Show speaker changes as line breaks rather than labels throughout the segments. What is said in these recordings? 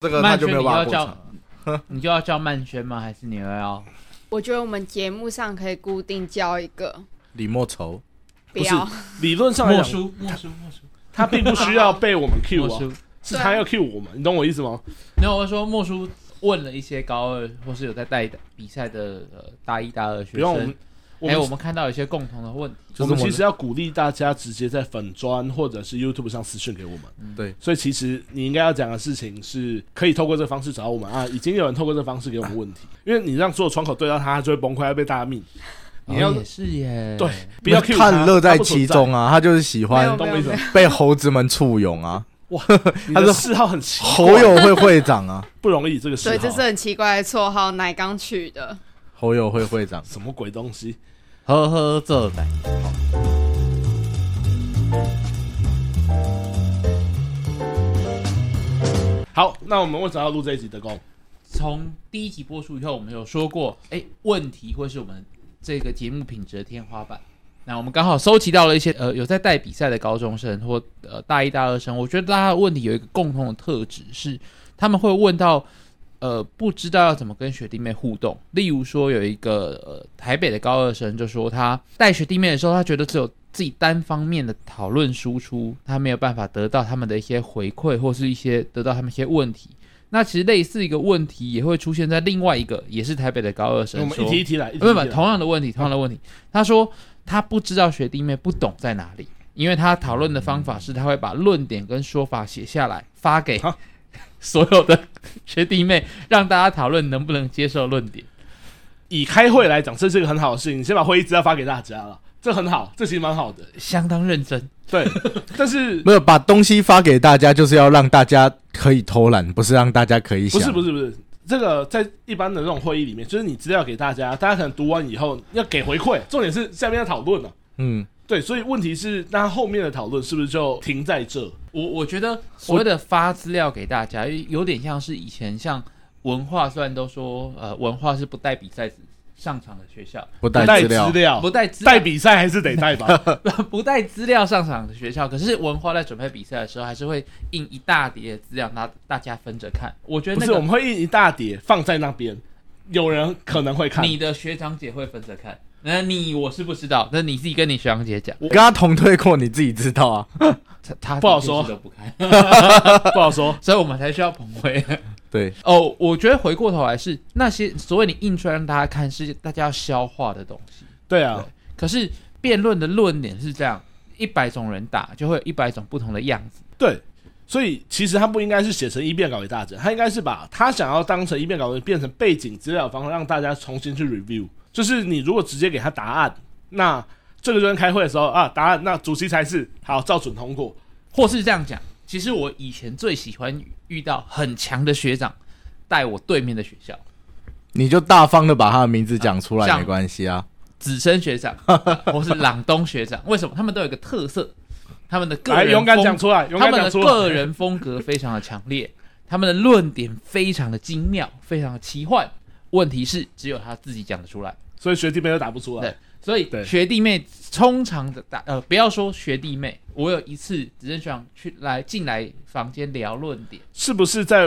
这个他
曼
就
轩，
没
你
有
要
办法过场
叫。 你就要叫曼轩吗？还是你又要？
我觉得我们节目上可以固定教一个，
李莫愁，
不
不是
要
理论上来
莫
讲，
叔，莫叔，莫叔，
他并不需要被我们 Q
莫
啊，
叔。
是他要 Q 我们，你懂我意思吗？
没有，我说莫叔问了一些高二或是有在带比赛的呃大一、大二学
不用我们
生，，
我
哎，我
们
们看到有一些共同的问题。
就是
我们其
们
实要鼓励大家直接在粉砖或者是 YouTube 上私讯给我们。
对
所以其实你应该要讲的事情是可以透过这个方式找到我们啊，已经有人透过这个方式给我们问题，因为你让所有窗口对到他，他就会崩溃，要被大家命。你
哦
要
也是耶，
对，不要 Q
他很乐在其，中啊，他就是喜
没
欢
有
懂
没有
我意
没
思
有
吗，
被猴子们簇拥啊，
他不存在你的嗜好很奇怪
猴友会会长啊，
不容易，这个嗜
所
好
以这是很奇怪的绰号，奶刚取的。
猴友会会长，
什么鬼东西？
呵呵，这仔，
好，那我们为什么要录这一集的工？
从第一集播出以后，我们有说过，哎，问题会是我们这个节目品质的天花板。那我们刚好收集到了一些呃有在带比赛的高中生或呃大一大二生，我觉得大家的问题有一个共同的特质是，他们会问到呃不知道要怎么跟学弟妹互动。例如说有一个呃台北的高二生就说他带学弟妹的时候，他觉得只有自己单方面的讨论输出，他没有办法得到他们的一些回馈或是一些得到他们一些问题。那其实类似一个问题也会出现在另外一个也是台北的高二生
我们一
说
题一题来，一题
不
一
是
题
不
来
是，同样的嗯问题，同样的问题。他说他不知道学弟妹不懂在哪里，因为他讨论的方法是他会把论点跟说法写下来发给
啊
所有的 学弟妹，让大家讨论能不能接受论点。
以开会来讲，这是一个很好的事情，你先把会议资料发给大家了，这很好，这其实蛮好的。
相当认真，
对，但是
没有把东西发给大家，就是要让大家可以偷懒，不是让大家可以
不
想，
是不
是，
是不是，这个在一般的那种会议里面，就是你资料给大家，大家可能读完以后要给回馈，重点是下面要讨论了、
嗯，
对，所以问题是，那后面的讨论是不是就停在这？
我我觉得所谓的发资料给大家，有点像是以前像文化，虽然都说呃文化是不带比赛上场的学校，
不
不
带
资
料，
料
不带资料
带比赛还是得带吧？
不带资料上场的学校，可是文化在准备比赛的时候，还是会印一大叠资料，拿大家分着看。我觉得
不
那
是，我
个
们会印一大叠放在那边，有人可能会看。
你的学长姐会分着看，那你我是不知道，那你自己跟你学长姐讲，
我跟他同推过，你自己知道啊，
他他
不好说
都不看，
不好说，
所以我们才需要捧回。
对，
哦，我觉得回过头来是那些所谓你印出来让大家看，是大家要消化的东西。
对啊，
可是辩论的论点是这样，一百种人打就会有一百种不同的样子。
对。所以其实他不应该是写成一遍稿给大家，他应该是把他想要当成一遍稿的变成背景资料的方式，让大家重新去 review。就是你如果直接给他答案，那这个人开会的时候啊，答案那主席才是好照准通过。
或是这样讲，其实我以前最喜欢遇到很强的学长带我对面的学校，
你就大方的把他的名字讲出来
像
没关系啊，
子升学 长或是朗东学长，为什么他们都有一个特色？他们的个
来，
人
哎勇敢
风
讲出来，勇
他
敢
们
讲
的
出来。
个人风格非常的强烈，他们的论点非常的精妙，非常的奇幻。问题是只有他自己讲得出来，
所以学弟妹都打不出来
对。所以
对
学弟妹通常的打呃，不要说学弟妹，我有一次子升学长去来进来房间聊论点，
是不是在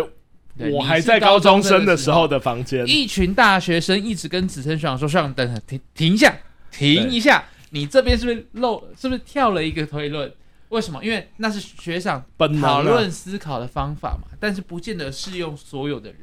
对你
我还
是
在
高
高中
中生
生
的
的
时
时候的房间？
一群大学生一直跟子琛学长说：“学长，等等，停停一下，停一下，你这边是不是漏？是不是跳了一个推论？为什么？因为那是学长
本能啊
讨论思考的方法嘛，但是不见得适用所有的人。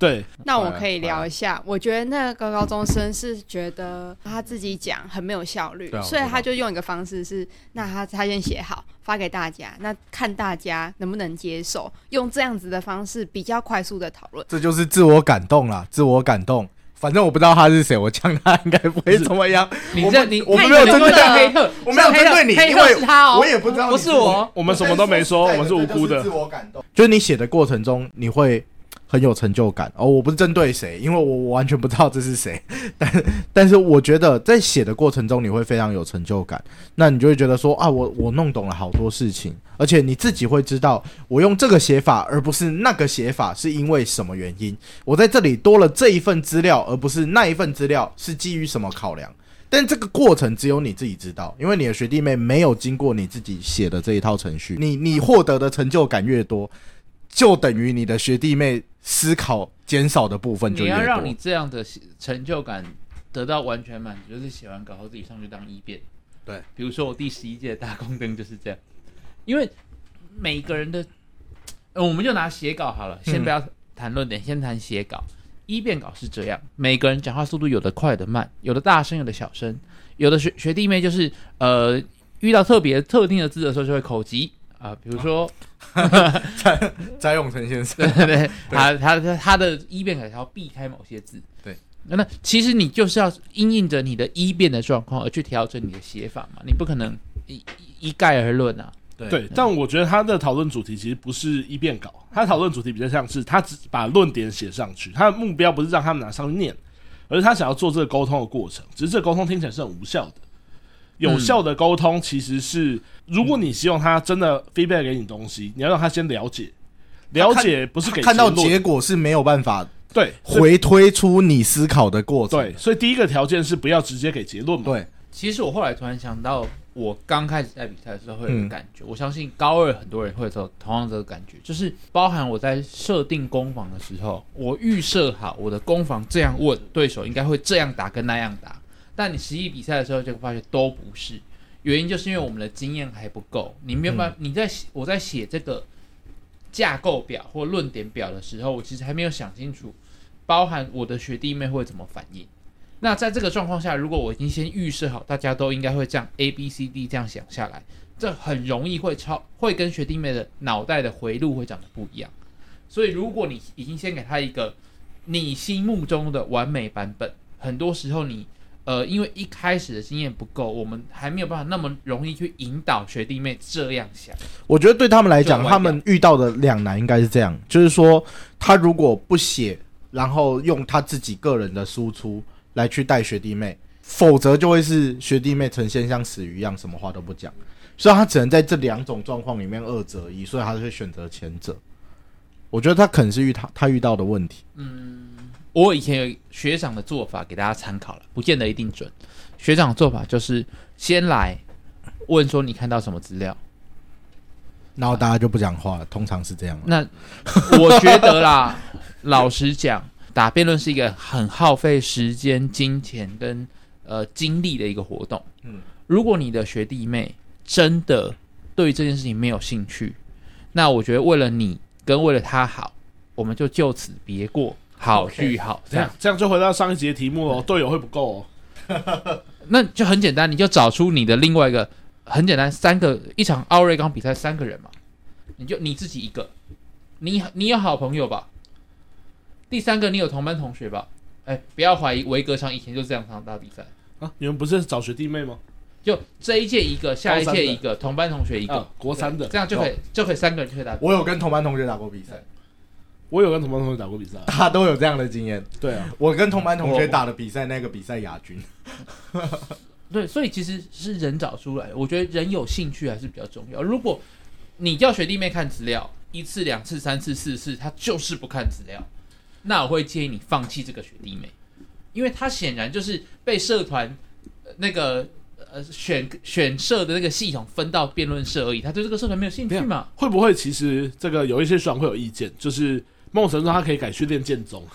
对，
那我可以聊一下，我觉得那个高中生是觉得他自己讲很没有效率
对，啊
所以
我知道
他就用一个方式是，那他他先写好发给大家，那看大家能不能接受，用这样子的方式比较快速的讨论。
这就是自我感动啦，自我感动。反正我不知道他是谁，我呛他应该不会怎么样。
你
我
这
不
你
我
看
没有
你
针对
这个
他
黑特，
我没有针对你
黑
因
哎
特
为
是他哦，
我也不知道
不
你
是
是
我。
我们什么都没说，我们是无辜的
自。我感动。就是你写的过程中，你会很有成就感。哦，我不是针对谁，因为我我完全不知道这是谁。 但但是我觉得在写的过程中，你会非常有成就感。那你就会觉得说啊，我我弄懂了好多事情，而且你自己会知道，我用这个写法而不是那个写法是因为什么原因。我在这里多了这一份资料，而不是那一份资料，是基于什么考量？但这个过程只有你自己知道，因为你的学弟妹没有经过你自己写的这一套程序，你你获得的成就感越多，就等于你的学弟妹思考减少的部分就
你
越
要让
多。
你这样的成就感得到完全满足，就是写完稿后自己上去当一辩。
对，
比如说我第十一届的大宫灯就是这样，因为每个人的，呃，我们就拿写稿好了，
嗯
先不要谈论点，先谈写稿。一辩稿是这样，每个人讲话速度有的快，有的慢，有的大声，有的小声，有的学学弟妹就是呃，遇到特别特定的字的时候就会口急啊、比如说。
翟永成先
对
生，
对对，他他他他的一辩可能要避开某些字。
对，
那其实你就是要因应着你的一辩的状况而去调整你的写法嘛，你不可能一一一概而论啊。
对，但我觉得他的讨论主题其实不是一遍稿，他讨论主题比较像是他只把论点写上去，他的目标不是让他们拿上去念，而是他想要做这个沟通的过程。只是这个沟通听起来是很无效的，有效的沟通其实是，如果你希望他真的 feedback 给你东西，你要让他先了解，了解不是给
看到
结论
结果是没有办法
对所以
回推出你思考的过程。
对，所以第一个条件是不要直接给结论嘛。
对，
其实我后来突然想到，我刚开始在比赛的时候会有个感觉，我相信高二很多人会有同样的感觉，就是包含我在设定攻防的时候，我预设好我的攻防这样问对手应该会这样打跟那样打，但你实际比赛的时候就会发现都不是，原因就是因为我们的经验还不够，你没有办法，你在写我在写这个架构表或论点表的时候，我其实还没有想清楚，包含我的学弟妹会怎么反应。那在这个状况下，如果我已经先预设好，大家都应该会这样 A B C D 这样想下来，这很容易会超会跟学弟妹的脑袋的回路会长得不一样。所以如果你已经先给他一个你心目中的完美版本，很多时候你呃因为一开始的经验不够，我们还没有办法那么容易去引导学弟妹这样想。
我觉得对他们来讲，
就歪掉
他们遇到的两难应该是这样，就是说，他如果不写，然后用他自己个人的输出来去带学弟妹，否则就会是学弟妹呈现像死鱼一样，什么话都不讲。所以他只能在这两种状况里面二择一，所以他就会选择前者。我觉得他可能是遇他他遇到的问题，
我以前有学长的做法给大家参考了，不见得一定准。学长的做法就是先来问说你看到什么资料。
然后大家就不讲话了，通常是这样。
那我觉得啦， 老实讲，打辩论是一个很耗费时间、金钱跟呃精力的一个活动。
嗯
嗯，如果你的学弟妹真的对这件事情没有兴趣，那我觉得为了你跟为了他好，我们就就此别过，好
OK
聚好
这
散
样。这样就回到上一集的题目哦，队友会不够哦。
那就很简单，你就找出你的另外一个很简单，三个一场奥瑞冈比赛三个人嘛，你就你自己一个，你你有好朋友吧？第三个你有同班同学吧？哎，不要怀疑，维格上以前就这样上大比赛，
啊，你们不是找学弟妹吗？
就这一届一个，下一
高三
届
的
一个，同班同学一
一
个，
啊国三的，
这样就可以就可以三个人就可以打。
我有跟同班同学打过比赛，
我有跟同班同学打过比赛。啊
他都有这样的经验。
对啊，
我跟同班同学
我
打的比赛，那个比赛亚军。
对，所以其实是人找出来，我觉得人有兴趣还是比较重要。如果你叫学弟妹看资料，一次、两次、三次、四次，他就是不看资料，那我会建议你放弃这个学弟妹，因为他显然就是被社团、呃那个呃选选社的那个系统分到辩论社而已，他对这个社团没有兴趣嘛。
会不会其实这个有一些学长会有意见，就是梦神说他可以改去练剑宗，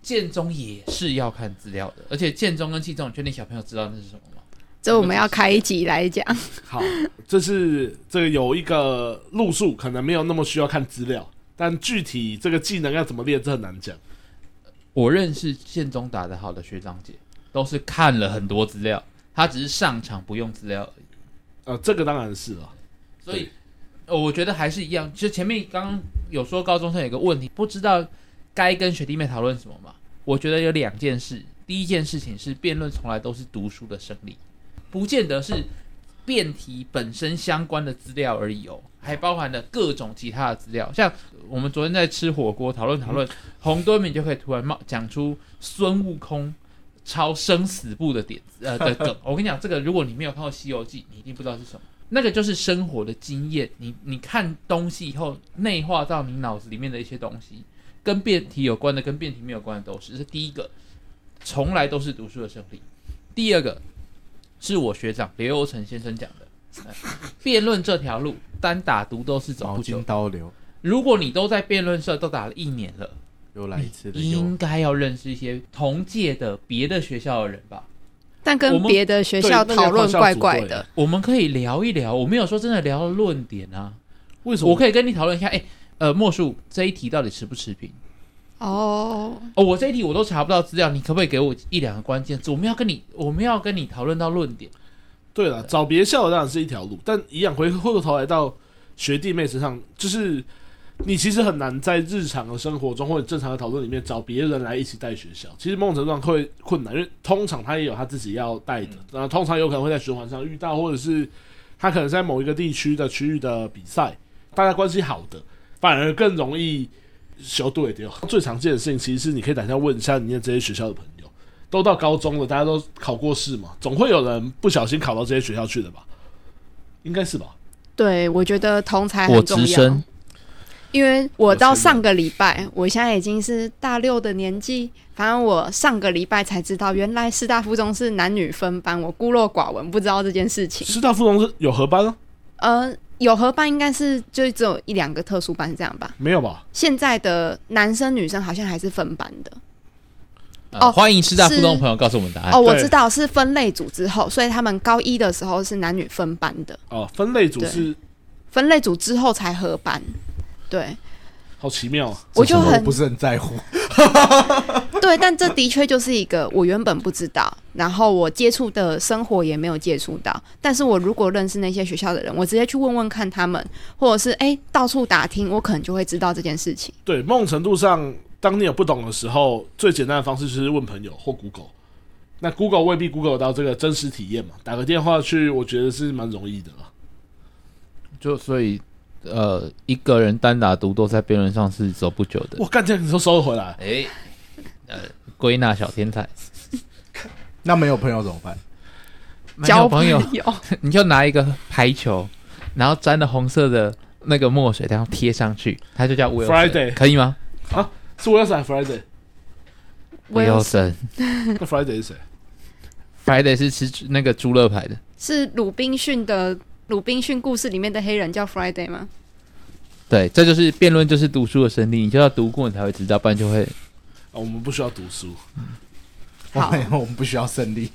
建中也是要看资料的，而且建中跟气中，你确定小朋友知道那是什么吗？
这我们要开一集来讲。
好，这是这个有一个路数，可能没有那么需要看资料，但具体这个技能要怎么练，这很难讲。
我认识宪中打得好的学长姐，都是看了很多资料，他只是上场不用资料而已。
呃，这个当然是了、
所以，呃我觉得还是一样。其实前面刚刚有说高中生有个问题，不知道该跟学弟妹讨论什么嘛？我觉得有两件事。第一件事情是辩论从来都是读书的胜利，不见得是辩题本身相关的资料而已哦，还包含了各种其他的资料。像我们昨天在吃火锅讨论讨论，洪多敏就可以突然冒讲出孙悟空。超生死簿的点子，呃的梗，我跟你讲，这个如果你没有看过《西游记》，你一定不知道是什么。那个就是生活的经验，你你看东西以后内化到你脑子里面的一些东西，跟辩题有关的，跟辩题没有关的都是。这是第一个，从来都是读书的胜利。第二个是我学长刘呃欧成先生讲的，哎辩论这条路单打独斗是走
毛
不久
巾，刀流，
如果你都在辩论社都打了一年了，
又来一次的
嗯
你
又
应该要认识一些同届的别的学校的人吧？
但
我
跟
们
别的学
对
校
那个
讨论
放校
怪
组
怪
队
的，
我们可以聊一聊，我没有说真的聊到论点啊，
为什么
我可以跟你讨论一下。哎，呃，莫树这一题到底持不持平？
哦，
哦，我这一题我都查不到资料，你可不可以给我一两个关键字？我们要跟你，我们要跟你讨论到论点。
对了，找别校当然是一条路，但一样回回过头来到学弟妹身上，就是你其实很难在日常的生活中或者正常的讨论里面找别人来一起带学校，其实某种程度上会困难，因为通常他也有他自己要带的，然后通常有可能会在循环上遇到，或者是他可能在某一个地区的区域的比赛，大家关系好的，反而更容易修对掉。最常见的事情其实是你可以打电话问一下你念这些学校的朋友。都到高中了，大家都考过试嘛，总会有人不小心考到这些学校去的吧？应该是吧？
对，我觉得同才很重要。，因为我到上个礼拜，我现在已经是大六的年纪，反正我上个礼拜才知道，原来师大附中是男女分班，我孤陋寡闻，不知道这件事情。
师大附中是有合班啊？
嗯
呃，有合班应该是就只有一两个特殊班这样吧。
没有吧？
现在的男生女生好像还是分班的。
呃
哦
欢迎师大附中的
是
朋友告诉我们答
啊
案。
哦，我
对
知道是分类组之后，所以他们高一的时候是男女分班的，
哦，分类组是
分类组之后才合班。对，
好奇妙啊！
我就
这什么
很
不是很在乎，
对，但这的确就是一个我原本不知道，然后我接触的生活也没有接触到。但是我如果认识那些学校的人，我直接去问问看他们，或者是哎、到处打听，我可能就会知道这件事情。
对，某种程度上，当你有不懂的时候，最简单的方式就是问朋友或 Google。那 Google 未必 Google 到这个真实体验嘛？打个电话去，我觉得是蛮容易的啦。
就所以，呃，一个人单打独斗在辩论上是走不久的。
我干这样你都收得回来，
哎，呃，归纳小天才，
那没有朋友怎么办？
交
交
朋友，
友，
你就拿一个排球，然后沾了红色的那个墨水，然后贴上去，它就叫 Wilson，
Friday
可以吗
是 Wilson 还是 Friday？
？Wilson，Friday
Wilson
那 Friday 是谁？啊
是吃那个猪肋排的，
是鲁滨逊的鲁滨逊故事里面的黑人叫 Friday 吗？
对，这就是辩论，就是读书的真谛，你就要读过你才会知道，不然就会
啊，我们不需要读书，
我
好
们我们不需要胜利，